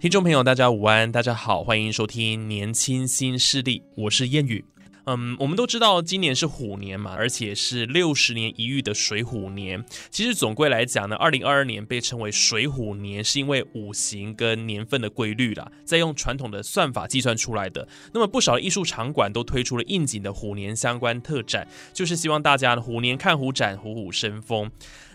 听众朋友，大家午安，大家好，欢迎收听《年轻新势力》，我是谚语。嗯，我们都知道今年是虎年嘛，而且是六十年一遇的水虎年。其实总归来讲呢，二零二二年被称为水虎年，是因为五行跟年份的规律啦，再用传统的算法计算出来的。那么不少艺术场馆都推出了应景的虎年相关特展，就是希望大家呢虎年看虎展，虎虎生风。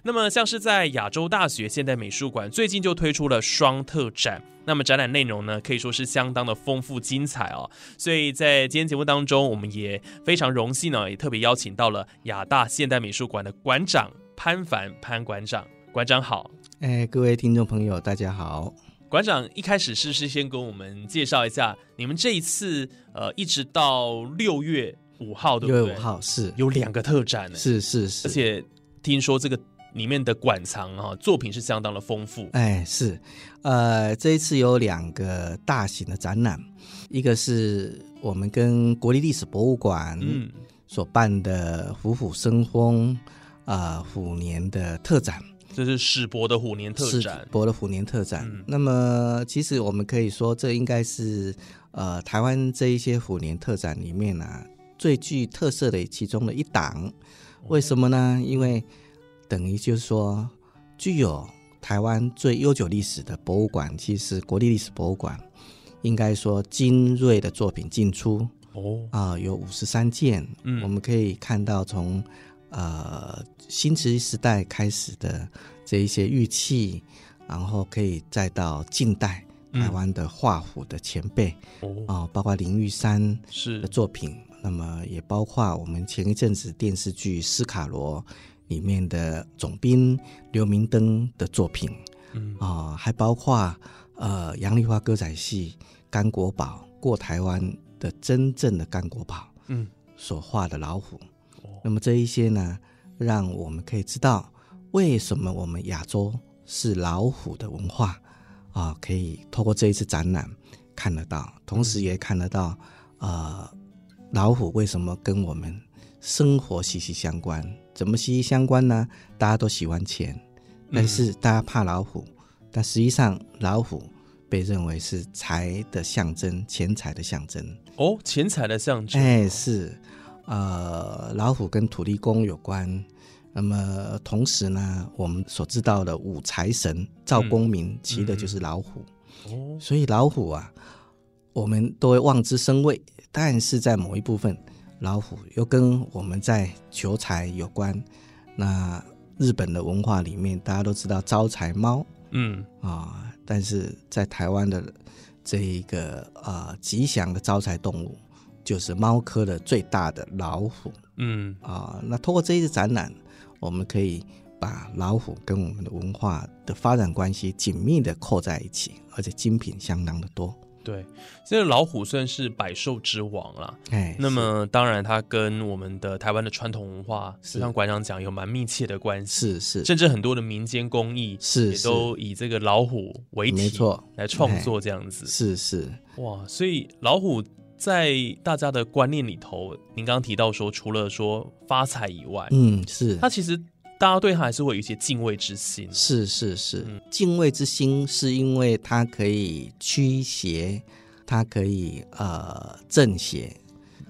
那么像是在亚洲大学现代美术馆最近就推出了双特展。那么展览内容呢，可以说是相当的丰富精彩哦。所以在今天节目当中，我们也非常荣幸哦呢，也特别邀请到了亚大现代美术馆的馆长潘凡潘馆长。馆长好，哎，各位听众朋友，大家好。馆长一开始是不是先跟我们介绍一下你们这一次呃，一直到六月五号，对不六对？月五号是有两个特展呢，，是是是，而且听说这个里面的馆藏啊，作品是相当的丰富。哎是，呃，这一次有两个大型的展览，一个是我们跟国立历史博物馆嗯，所办的“虎虎生风”啊、呃、虎年的特展，这是史博的虎年特是展，博的虎年特展。嗯那么，其实我们可以说，这应该是呃台湾这一些虎年特展里面啊最具特色的其中的一档。哦为什么呢？因为等于就是说，具有台湾最悠久历史的博物馆，其实国立历史博物馆，应该说精锐的作品进出哦，啊、有五十三件。嗯我们可以看到从呃新石器时代开始的这一些玉器，然后可以再到近代嗯台湾的画虎的前辈哦，啊、包括林玉山的是作品，那么也包括我们前一阵子电视剧《斯卡罗》里面的总兵刘明灯的作品嗯啊、还包括呃杨丽花歌仔戏《甘国宝》过台湾的真正的甘国宝。嗯，所画的老虎哦。那么这一些呢，让我们可以知道为什么我们亚洲是老虎的文化啊，可以透过这一次展览看得到，同时也看得到呃老虎为什么跟我们生活息息相关？怎么息息相关呢？大家都喜欢钱，但是大家怕老虎，但实际上老虎被认为是财的象征，钱财的象征。哦，钱财的象征，哎，是，呃，老虎跟土地公有关。那么同时呢，我们所知道的五财神赵公明骑的就是老虎，哦，所以老虎啊，我们都会望之生畏。但是在某一部分，老虎又跟我们在求财有关。那日本的文化里面，大家都知道招财猫，嗯，啊、但是在台湾的这一个呃吉祥的招财动物，就是猫科的最大的老虎嗯，啊、那通过这一次展览，我们可以把老虎跟我们的文化的发展关系紧密的扣在一起，而且精品相当的多。对，这个老虎算是百兽之王啦。哎，那么当然，它跟我们的台湾的传统文化，是就像馆长讲，有蛮密切的关系。是是甚至很多的民间工艺是也都以这个老虎为没题错哎来创作这样子。是是哇，所以老虎在大家的观念里头，您刚刚提到说，除了说发财以外，嗯是它其实大家对它还是会有一些敬畏之心。是是是嗯，敬畏之心是因为它可以驱邪，它可以呃镇邪。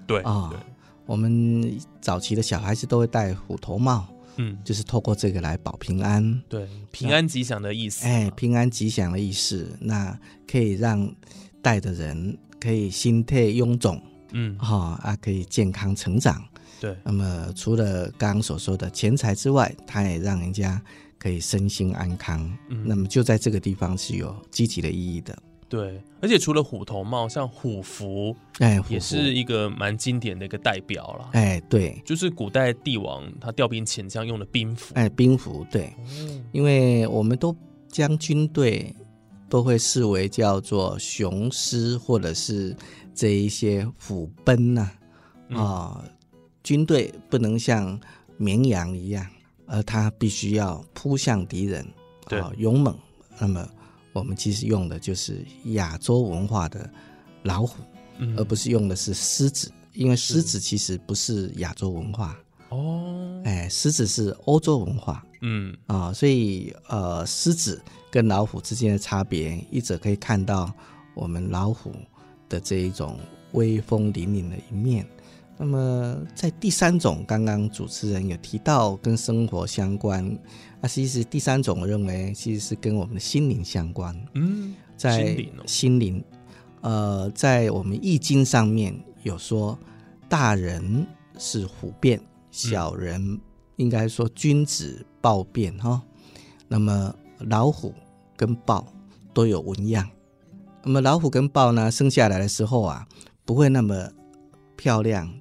对啊对，我们早期的小孩子都会戴虎头帽，嗯，就是透过这个来保平安，对，平安吉祥的意思嘛。哎，平安吉祥的意思。那可以让戴的人可以心态臃肿，嗯，哈、啊，可以健康成长。对，那么除了刚刚所说的钱财之外，它也让人家可以身心安康。嗯那么就在这个地方是有积极的意义的。对，而且除了虎头帽，像虎符哎，虎也符是一个蛮经典的一个代表啦。哎，对，就是古代帝王他调兵遣将用的兵符。哎，兵符对，嗯因为我们都将军队都会视为叫做雄狮或者是这一些虎贲呐啊、嗯哦军队不能像绵羊一样，而它必须要扑向敌人，对啊勇猛。那么我们其实用的就是亚洲文化的老虎，嗯而不是用的是狮子，因为狮子其实不是亚洲文化，哦，哎，狮子是欧洲文化。嗯啊、所以呃，狮子跟老虎之间的差别，一者可以看到我们老虎的这一种威风凛凛的一面。那么在第三种，刚刚主持人有提到跟生活相关，那其实第三种我认为其实是跟我们的心灵相关，嗯，在心灵哦心灵呃，在我们易经上面有说，大人是虎变，小人应该说君子豹变哈、那么老虎跟豹都有纹样，那么老虎跟豹呢，生下来的时候啊，不会那么漂亮，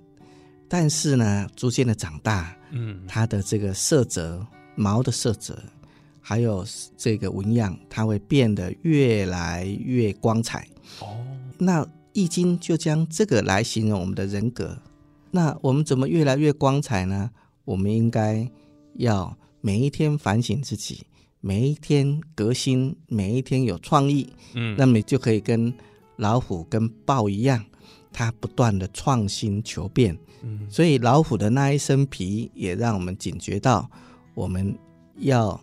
但是呢，逐渐的长大，嗯它的这个色泽、毛的色泽，还有这个纹样，它会变得越来越光彩。哦，那《易经》就将这个来形容我们的人格。那我们怎么越来越光彩呢？我们应该要每一天反省自己，每一天革新，每一天有创意，嗯，那么就可以跟老虎跟豹一样，它不断的创新求变。嗯所以老虎的那一身皮也让我们警觉到，我们要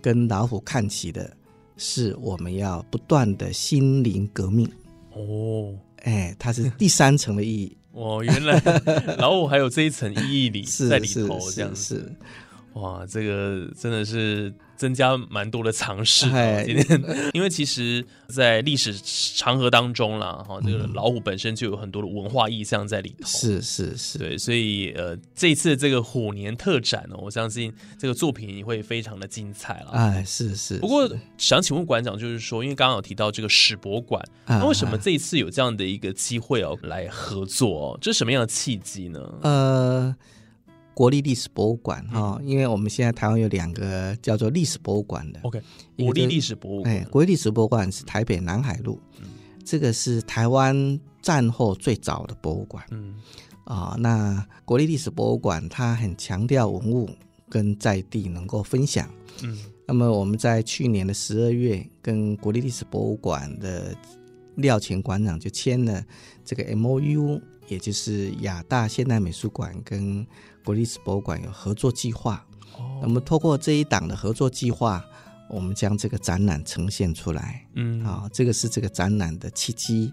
跟老虎看齐的是，我们要不断的心灵革命。哦。哎，它是第三层的意义，哦，原来老虎还有这一层意义里 是在里是头，这样是子是，哇，这个真的是增加蛮多的尝试哦、哎今天， 因为其实，在历史长河当中啦，哈、这个老虎本身就有很多的文化意象在里头。嗯是是是，哦对，所以呃，这一次这个虎年特展呢、我相信这个作品会非常的精彩了。哎是是。不过是想请问馆长，就是说，因为刚刚有提到这个史博馆，那为什么啊这一次有这样的一个机会哦来合作哦？这是什么样的契机呢？呃，国立历史博物馆嗯哈、因为我们现在台湾有两个叫做历史博物馆的 OK，一个国立就历史博物哎馆，，国立历史博物馆是台北南海路，这个是台湾战后最早的博物馆嗯啊、那国立历史博物馆它很强调文物跟在地能够分享。嗯那么我们在去年的十二月，跟国立历史博物馆的廖前馆长就签了这个 M O U，也就是亚大现代美术馆跟国立历史博物馆有合作计划。那么透过这一档的合作计划，我们将这个展览呈现出来。嗯，啊、这个是这个展览的契机。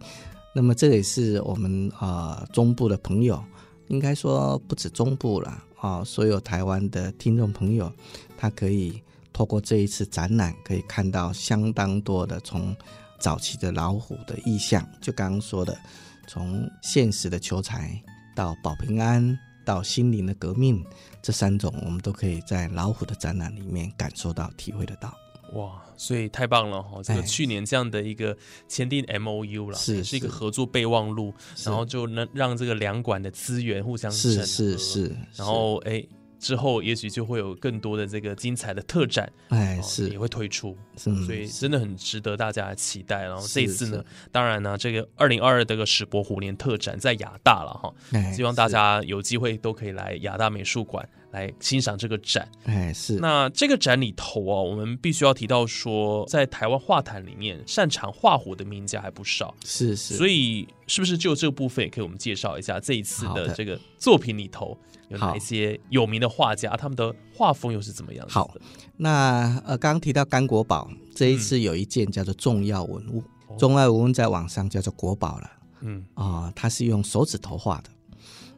那么这也是我们啊、呃中部的朋友，应该说不止中部了啊、所有台湾的听众朋友，他可以透过这一次展览，可以看到相当多的从早期的老虎的意象，就刚刚说的，从现实的求财到保平安。到心灵的革命，这三种我们都可以在老虎的展览里面感受到、体会得到。哇，所以太棒了哈、这个哎去年这样的一个签订 M O U 啦，是也是一个是合作备忘录，是然后就能让这个两馆的资源互相整是合是，是，嗯然后哎。之后也许就会有更多的这个精彩的特展，哎哦是也会推出，是嗯所以真的很值得大家的期待。然后这一次呢是，当然呢，这个二零二二这个史博虎年特展在亚大了哈，哎希望大家有机会都可以来亚大美术馆来欣赏这个展。是哎是那这个展里头啊，我们必须要提到说，在台湾画坛里面，擅长画虎的名家还不少。是是，所以以，是不是就这个部分也给我们介绍一下这一次好的的这个作品里头有哪好一些有名的画家，他们的画风又是怎么样子的？好那呃刚刚提到甘国宝，这嗯一次有一件叫做重要文物，哦重要文物在网上叫做国宝了嗯，啊、它是用手指头画的。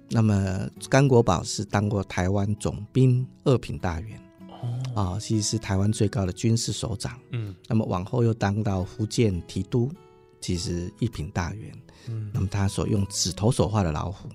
那么甘国宝是当过台湾总兵二品大员，啊、其实是台湾最高的军事首长。哦嗯那么往后又当到福建提督，其实一品大员。嗯那么他所用指头所画的老虎，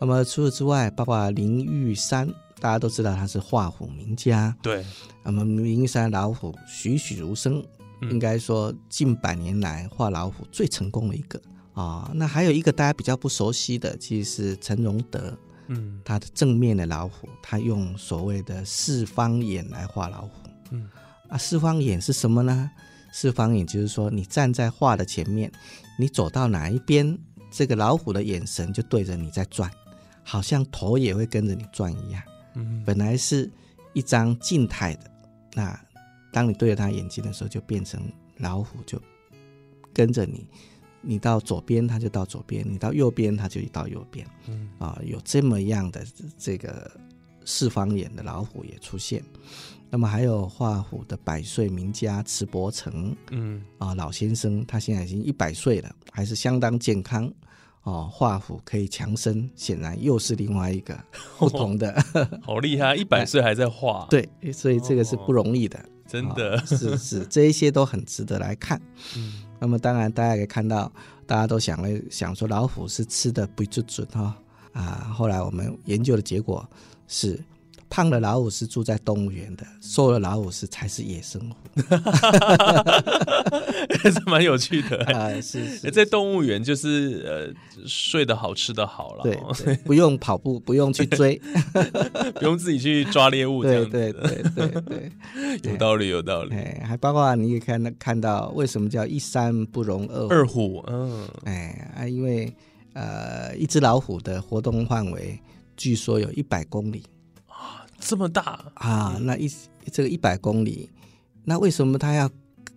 那么除此之外，包括林玉山，大家都知道他是画虎名家。对，那么林玉山老虎栩栩如生，嗯应该说近百年来画老虎最成功的一个啊、那还有一个大家比较不熟悉的，其实是陈荣德，嗯他的正面的老虎，他用所谓的四方眼来画老虎。嗯，啊，四方眼是什么呢？四方眼就是说，你站在画的前面，你走到哪一边，这个老虎的眼神就对着你在转，好像头也会跟着你转一样。嗯本来是一张静态的，那当你对着它眼睛的时候，就变成老虎就跟着你，你到左边它就到左边，你到右边它就到右边。嗯啊，有这么样的这个四方眼的老虎也出现。那么还有画虎的百岁名家迟伯成嗯啊老先生，他现在已经一百岁了，还是相当健康。哦，画虎可以强身，显然又是另外一个不同的，好厉害，一百岁还在画，，对，所以这个是不容易的，啊哦真的 啊，是是，这一些都很值得来看。嗯那么当然，大家可以看到，大家都想了想说老虎是吃的不准准哈啊。后来我们研究的结果是，胖的老虎是住在动物园的，瘦的老虎是才是 野生虎。还是蛮有趣 的。啊，是欸是，在动物园就是呃，睡得好，吃得好了，对 对，不用跑步，不用去追，不用自己去抓猎物，这对样子对对对 对，有道理，有道理。哎，还包括你也看到看到为什么叫一山不容二虎？二虎，嗯哎啊，因为呃，一只老虎的活动范围据说有一百公里。这么大，啊，那一这个一百公里，那为什么它要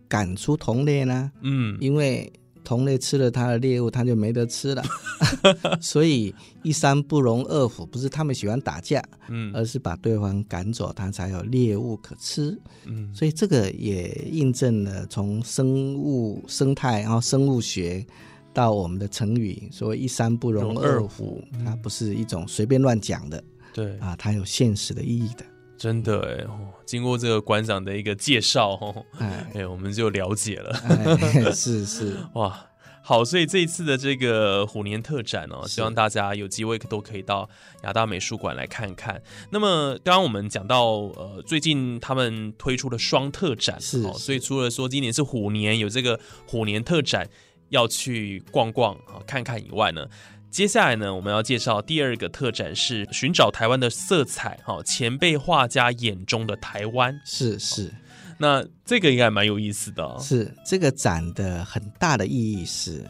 赶出同类呢？嗯因为同类吃了它的猎物，它就没得吃了。 所以一山不容二虎，不是他们喜欢打架，嗯而是把对方赶走，它才有猎物可吃。嗯，所以这个也印证了从生物生态，然后生物学。到我们的成语，所谓“一山不容容二二虎”，它不是一种随便乱讲的嗯对，啊，它有现实的意义 的。真的哎、哦，经过这个馆长的一个介绍，哦，哎，哎、我们就了解了。哎， 是是，哇，好，所以这一次的这个虎年特展哦，是希望大家有机会都可以到亚大美术馆来看看。那么刚刚我们讲到，呃，最近他们推出了双特展，是哦，是所以除了说今年是虎年，有这个虎年特展要去逛逛啊、哦看看以外呢。接下来呢，我们要介绍第二个特展是寻找台湾的色彩，哈、哦，前辈画家眼中的台湾。是是那这个应该蛮有意思的、哦，是，这个展的很大的意义是，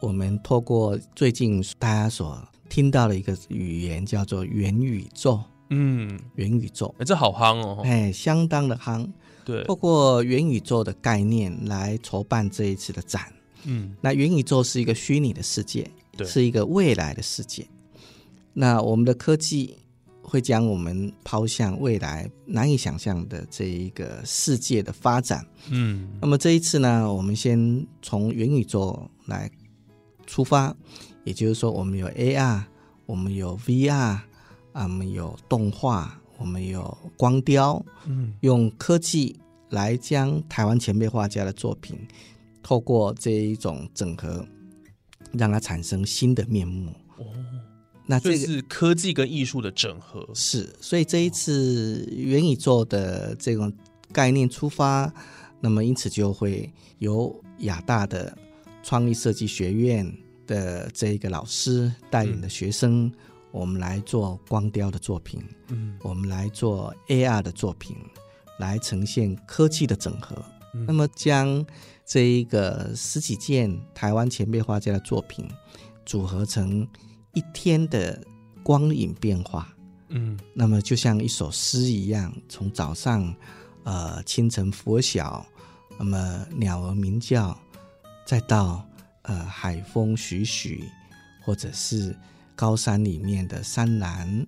我们透过最近大家所听到的一个语言叫做元宇宙，嗯，元宇宙，哎这好夯哦，哎，相当的夯。对，透过元宇宙的概念来筹办这一次的展。嗯那元宇宙是一个虚拟的世界，对是一个未来的世界。那我们的科技会将我们抛向未来难以想象的这一个世界的发展。嗯那么这一次呢，我们先从元宇宙来出发，也就是说，我们有 AR，我们有 VR，啊我们有动画，我们有光雕，嗯用科技来将台湾前辈画家的作品，透过这一种整合，让它产生新的面目。哦，那就这个是科技跟艺术的整合。是，所以这一次元宇宙的这种概念出发，那么因此就会由亚大的创意设计学院的这个老师带领的学生，我们来做光雕的作品，嗯我们来做 AR 的作品，来呈现科技的整合。嗯那么将这一个十几件台湾前辈画家的作品组合成一天的光影变化。嗯那么就像一首诗一样，从早上，呃，清晨拂晓，那么鸟儿鸣叫，再到呃海风徐徐，或者是高山里面的山岚，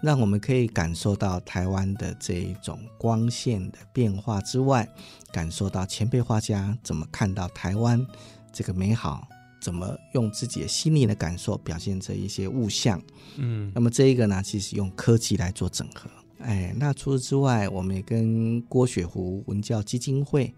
让我们可以感受到台湾的这一种光线的变化之外，感受到前辈画家怎么看到台湾这个美好，怎么用自己的心灵的感受表现这一些物象。嗯那么这一个呢，其实用科技来做整合。哎，那除此之外，我们也跟郭雪湖文教基金会，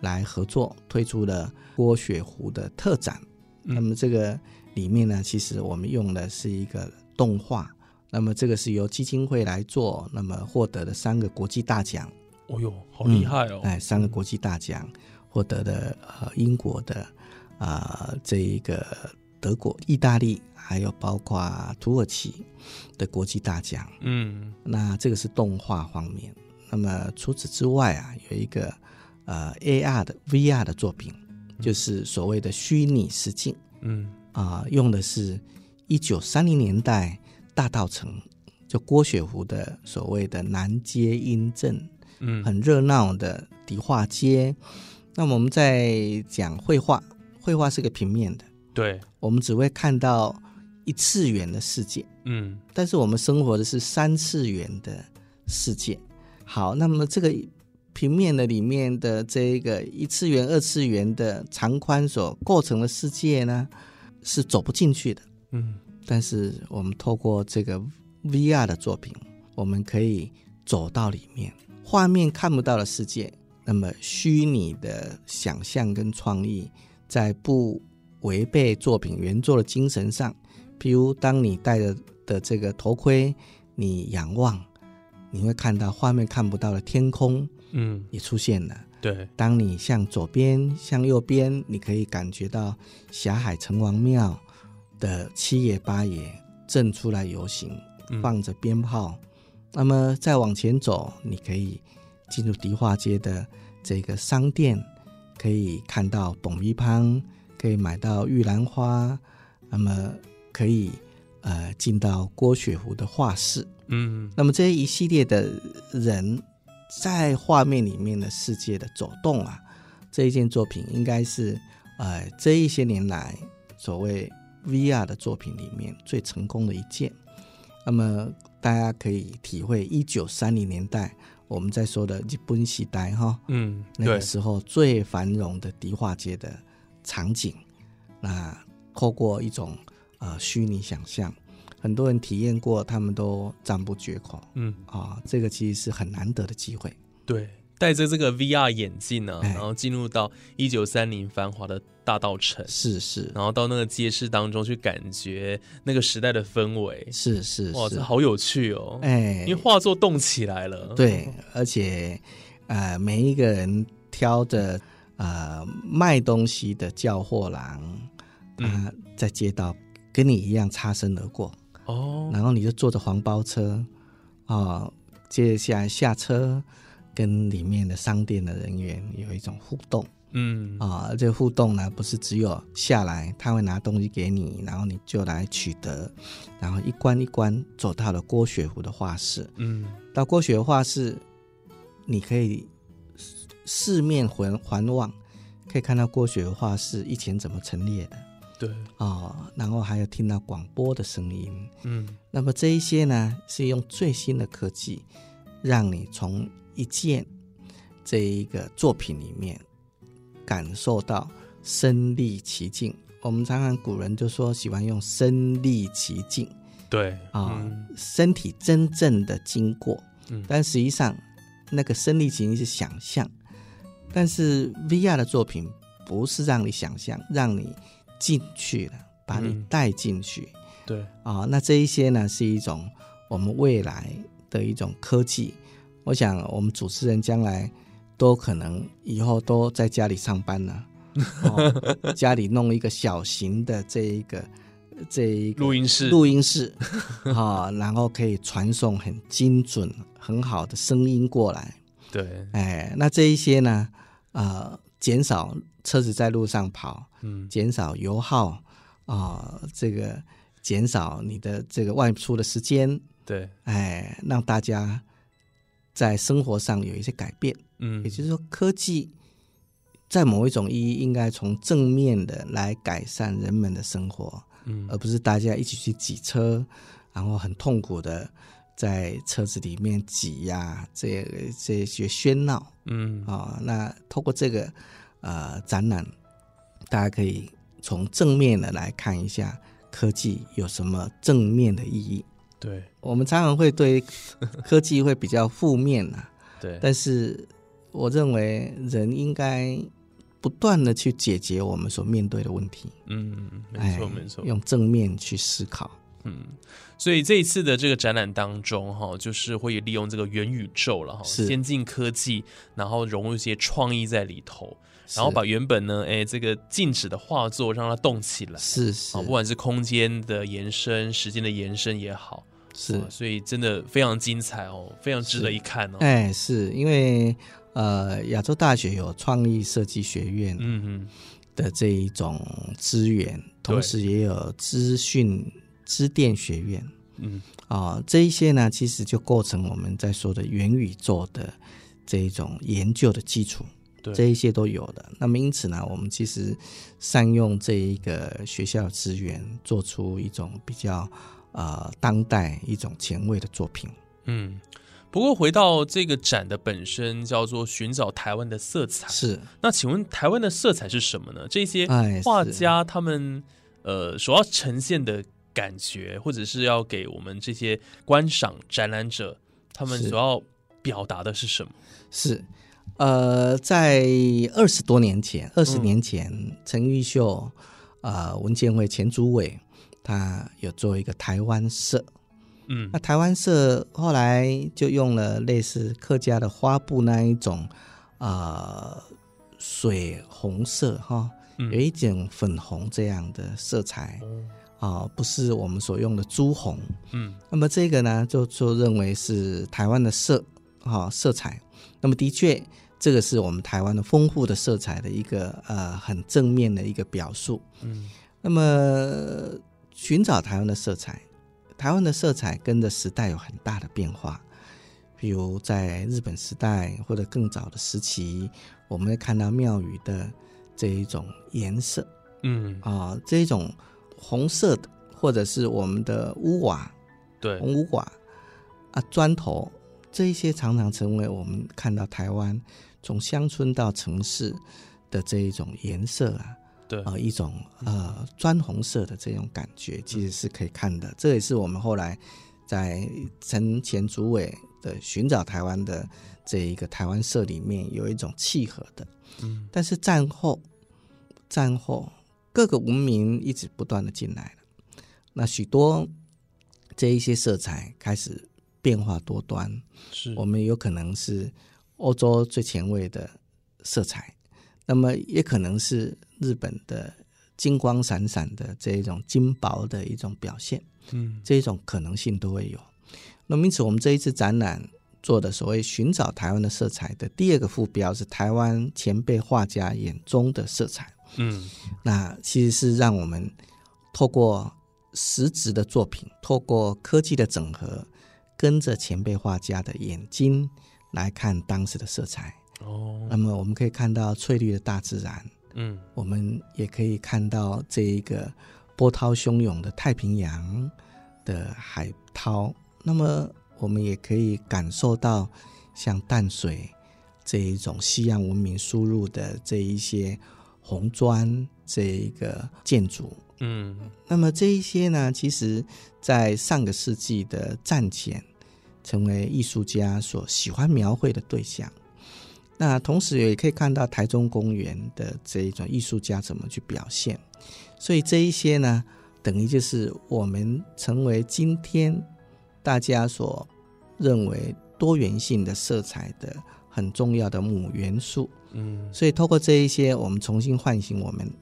来合作推出了郭雪湖的特展。嗯那么这个里面呢，其实我们用的是一个动画，那么这个是由基金会来做，那么获得了三个国际大奖，哦呦，好厉害哦！哎，三个国际大奖获得了呃英国的啊、呃这一个德国、意大利，还有包括土耳其的国际大奖。嗯，那这个是动画方面。那么除此之外啊，有一个呃 AR 的 VR 的作品，就是所谓的虚拟实境嗯啊、用的是一九三零年代大稻城就郭雪湖的所谓的南街音镇嗯很热闹的迪化街。那么我们在讲绘画，绘画是个平面的，对，我们只会看到一次元的世界。嗯但是我们生活的是三次元的世界。好，那么这个平面的里面的这一个一次元、二次元的长宽所构成的世界呢，是走不进去的。嗯但是我们透过这个 VR 的作品，我们可以走到里面，画面看不到的世界，那么虚拟的想象跟创意，在不违背作品原作的精神上，譬如当你戴着的这个头盔，你仰望，你会看到画面看不到的天空嗯，也出现了。对，当你向左边、向右边，你可以感觉到霞海城隍庙的七爷八爷正出来游行，嗯放着鞭炮。那么再往前走，你可以进入迪化街的这个商店，可以看到蹦米汤，可以买到玉兰花，那么可以呃进到郭雪湖的画室。嗯那么这一系列的人在画面里面的世界的走动啊，这一件作品应该是呃这一些年来所谓 VR 的作品里面最成功的一件。那么大家可以体会一九三零年代我们在说的日本时代哈，嗯，那对个，时候最繁荣的迪化街的场景，那透过一种呃虚拟想象，很多人体验过，他们都赞不绝口嗯。啊、这个其实是很难得的机会。对，戴着这个 VR 眼镜呢、哎然后进入到一九三零繁华的大道城，是是然后到那个街市当中去感觉那个时代的氛围，是是哇，是这，好有趣哦！哎因为，画作动起来了，，对，而且呃，每一个人挑着呃卖东西的叫货郎，嗯啊、在街道跟你一样擦身而过，哦，然后你就坐着黄包车，啊、接下来下车，跟里面的商店的人员有一种互动嗯，啊、这个互动呢，不是只有下来他会拿东西给你，然后你就来取得，然后一关一关走到了郭雪湖的画室，嗯，到郭雪画室，你可以四四面环环望，可以看到郭雪画室以前怎么陈列的对，哦，然后还有听到广播的声音。嗯那么这一些呢，是用最新的科技，让你从一件这一个作品里面感受到身临其境。我们常常古人就说喜欢用身临其境对，啊、嗯身体真正的经过，嗯但实际上那个身临其境是想象，但是 VR 的作品不是让你想象，让你进去了，把你嗯带进去。对，啊、那这一些呢是一种我们未来的一种科技。我想我们主持人将来都可能以后都在家里上班 了，哦、家里弄一个小型的这一个这一个录音室，录音室 啊、然后可以传送很精准、很好的声音过来。对，哎，那这一些呢，呃，减少车子在路上跑，嗯减少油耗啊、这个减少你的这个外出的时间，对，哎，让大家在生活上有一些改变。嗯也，就是说，科技在某一种意义应该从正面的来改善人们的生活，嗯而不是大家一起去挤车，然后很痛苦的在车子里面挤呀、这这些喧闹。嗯啊、那透过这个呃展览，大家可以从正面的来看一下科技有什么正面的意义。对我们常常会对科技会比较负面啊， 对，但是我认为人应该不断的去解决我们所面对的问题。嗯，没错哎没错，用正面去思考。嗯，所以这一次的这个展览当中，哈，就是会利用这个元宇宙了哈，是先进科技，然后融入一些创意在里头，然后是把原本呢，哎，这个静止的画作让它动起来，是是啊，不管是空间的延伸、时间的延伸也好，是啊所以真的非常精彩哦，非常值得是一看哦。哎是因为呃亚洲大学有创意设计学院嗯嗯，的这一种资源，同时也有资讯资电学院。嗯，啊、这一些呢，其实就构成我们在说的元宇宙的这一种研究的基础。对这一些都有的。那么因此呢，我们其实善用这一个学校的资源，做出一种比较呃当代一种前卫的作品。嗯。不过回到这个展的本身，叫做“寻找台湾的色彩”。是，那请问台湾的色彩是什么呢？这些哎，画是家他们呃所要呈现的感觉，或者是要给我们这些观赏展览者他们是所要表达的是什么？是，呃，在二十多年前，二十嗯年前，陈玉秀，呃，文建会前主委，他有做一个台湾社。嗯那台湾社后来就用了类似客家的花布那一种，呃，水红色哈，嗯哦有一点粉红这样的色彩啊、不是我们所用的朱红。嗯那么这个呢，就就认为是台湾的色啊、色彩。那么的确，这个是我们台湾的丰富的色彩的一个呃很正面的一个表述。嗯那么寻找台湾的色彩，台湾的色彩跟着时代有很大的变化。比如在日本时代或者更早的时期，我们会看到庙宇的这一种颜色，嗯，啊、这种红色的，或者是我们的屋瓦、对，红屋瓦啊、砖头，这一些常常成为我们看到台湾从乡村到城市的这一种颜色啊，对啊、一种呃砖红色的这种感觉，其实是可以看的。这也是我们后来在陈前主委的寻找台湾的这一个台湾社里面有一种契合的。嗯但是战后，战后各个文明一直不断的进来了，那许多这一些色彩开始变化多端。是我们有可能是欧洲最前卫的色彩，那么也可能是日本的金光闪闪的这一种金箔的一种表现。嗯这一种可能性都会有。那么因此，我们这一次展览做的所谓“寻找台湾的色彩”的第二个副标是“台湾前辈画家眼中的色彩嗯”，那其实是让我们透过实质的作品，透过科技的整合，跟着前辈画家的眼睛来看当时的色彩。哦那么我们可以看到翠绿的大自然，嗯我们也可以看到这一个波涛汹涌的太平洋的海涛，那么我们也可以感受到像淡水这一种西洋文明输入的这一些红砖这一个建筑。嗯那么这一些呢，其实在上个世纪的战前，成为艺术家所喜欢描绘的对象。那同时也可以看到台中公园的这一种艺术家怎么去表现，所以这一些呢，等于就是我们成为今天大家所认为多元性的色彩的很重要的母元素。嗯所以透过这一些，我们重新唤醒我们，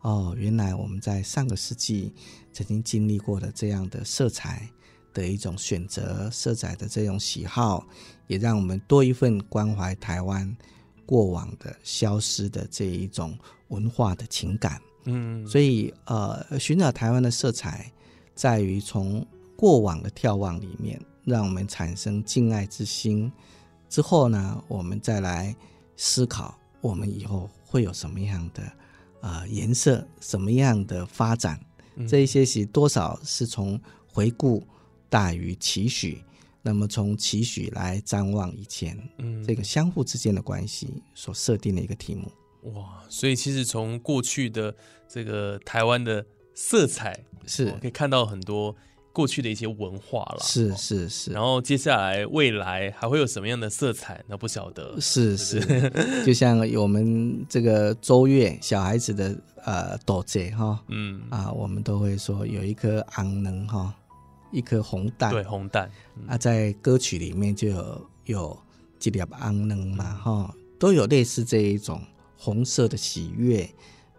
哦，原来我们在上个世纪曾经经历过的这样的色彩的一种选择，色彩的这种喜好，也让我们多一份关怀台湾过往的消失的这一种文化的情感。嗯，所以，呃，寻找台湾的色彩，在于从过往的眺望里面，让我们产生敬爱之心。之后呢，我们再来思考，我们以后会有什么样的呃颜色，什么样的发展？嗯这一些其实多少是从回顾大于期许，那么从期许来展望以前嗯这个相互之间的关系所设定的一个题目。哇，所以其实从过去的这个台湾的色彩，是哦可以看到很多过去的一些文化了。是是是然，后接下来未来还会有什么样的色彩？那不晓得。是是，就像我们这个周月小孩子的呃斗节哈嗯，啊，我们都会说有一颗昂能哈，一颗红蛋，对，红蛋，啊，在歌曲里面就有有这粒昂能嘛嗯哈、都有类似这一种红色的喜悦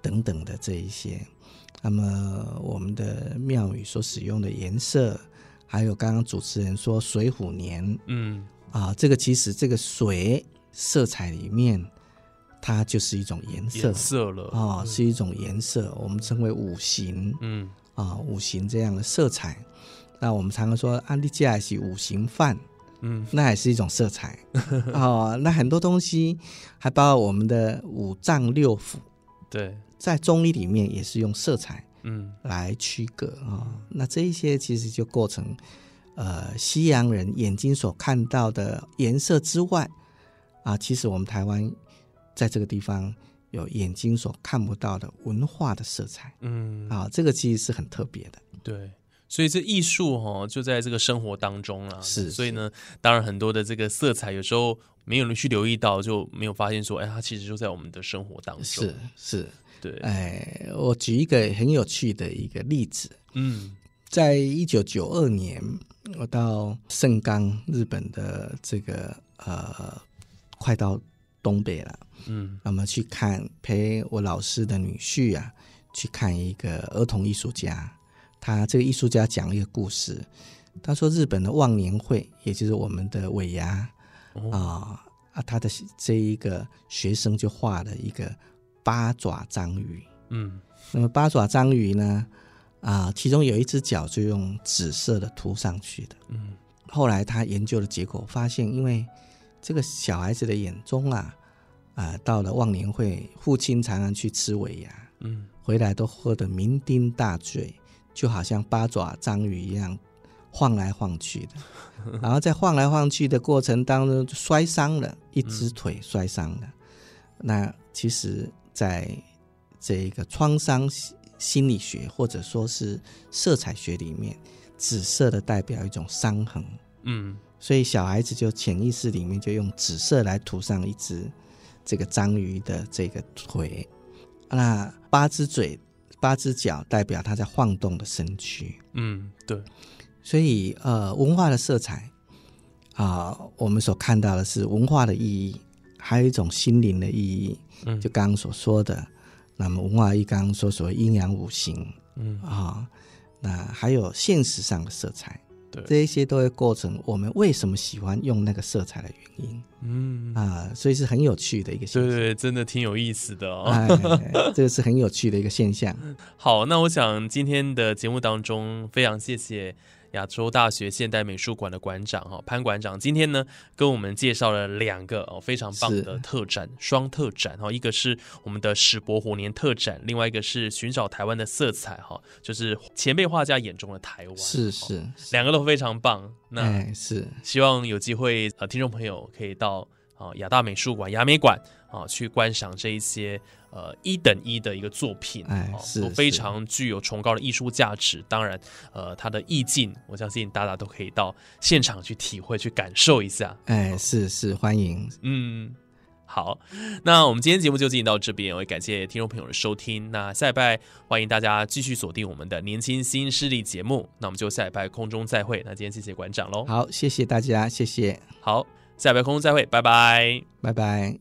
等等的这一些。那么我们的庙宇所使用的颜色，还有刚刚主持人说水虎年嗯，啊，这个其实这个水色彩里面，它就是一种颜色颜色了，啊、是一种颜色，我们称为五行嗯啊、五行这样的色彩。那我们常常说，啊安利加是五行饭，嗯，那也是一种色彩哦。那很多东西，还包括我们的五脏六腑，对，在中医里面也是用色彩嗯来区隔啊、那这一些其实就构成呃西洋人眼睛所看到的颜色之外啊，其实我们台湾在这个地方有眼睛所看不到的文化的色彩嗯，啊，这个其实是很特别的。对。所以这艺术哈、哦，就在这个生活当中啦。是所以呢，当然很多的这个色彩，有时候没有人去留意到，就没有发现说，哎，它其实就在我们的生活当中。是，是，对，哎，我举一个很有趣的一个例子，嗯在一九九二年，我到盛冈日本的这个呃，快到东北了，嗯那么去看陪我老师的女婿啊，去看一个儿童艺术家。他这个艺术家讲了一个故事，他说日本的忘年会，也就是我们的尾牙啊、啊，他的这一个学生就画了一个八爪章鱼。嗯那么八爪章鱼呢，啊，其中有一只脚就用紫色的涂上去的。嗯，后来他研究的结果发现，因为这个小孩子的眼中啊，啊，到了忘年会，父亲常常去吃尾牙，嗯回来都喝得酩酊大醉，就好像八爪章鱼一样晃来晃去的，然后在晃来晃去的过程当中就摔伤了，一只腿摔伤了。那其实，在这一个创伤心心理学或者说是色彩学里面，紫色的代表一种伤痕，嗯，所以小孩子就潜意识里面就用紫色来涂上一只这个章鱼的这个腿，那八只嘴、八只脚代表它在晃动的身躯，嗯，对，所以呃，文化的色彩啊、我们所看到的是文化的意义，还有一种心灵的意义，嗯就刚刚所说的，那么文化一刚刚说所谓阴阳五行，嗯啊、那还有现实上的色彩。对这一些都会构成我们为什么喜欢用那个色彩的原因嗯，啊，所以是很有趣的一个现对 象。对，真的挺有意思的哦。哎，这个是很有趣的一个 现象。好，那我想今天的节目当中，非常谢谢亚洲大学现代美术馆的馆长哈潘馆长，今天呢跟我们介绍了两个哦非常棒是的特展，双特展哈，一个是我们的史博虎年特展，另外一个是寻找台湾的色彩哈，就是前辈画家眼中的台湾，是哦，是，两个都非常棒。那哎是希望有机会呃，听众朋友可以到啊亚大美术馆、亚美馆啊去观赏这一些呃一等一的一个作品，哎哦是都非是常具有崇高的艺术价值。当然，呃，它的意境，我相信大家都可以到现场去体会、去感受一下。哎是是，欢迎，嗯，好，那我们今天节目就进行到这边，我也感谢听众朋友的收听。那下礼拜欢迎大家继续锁定我们的年轻新势力节目，那我们就下礼拜空中再会。那今天谢谢馆长喽，好，谢谢大家，谢谢，好，下礼拜空中再会，拜拜。拜拜。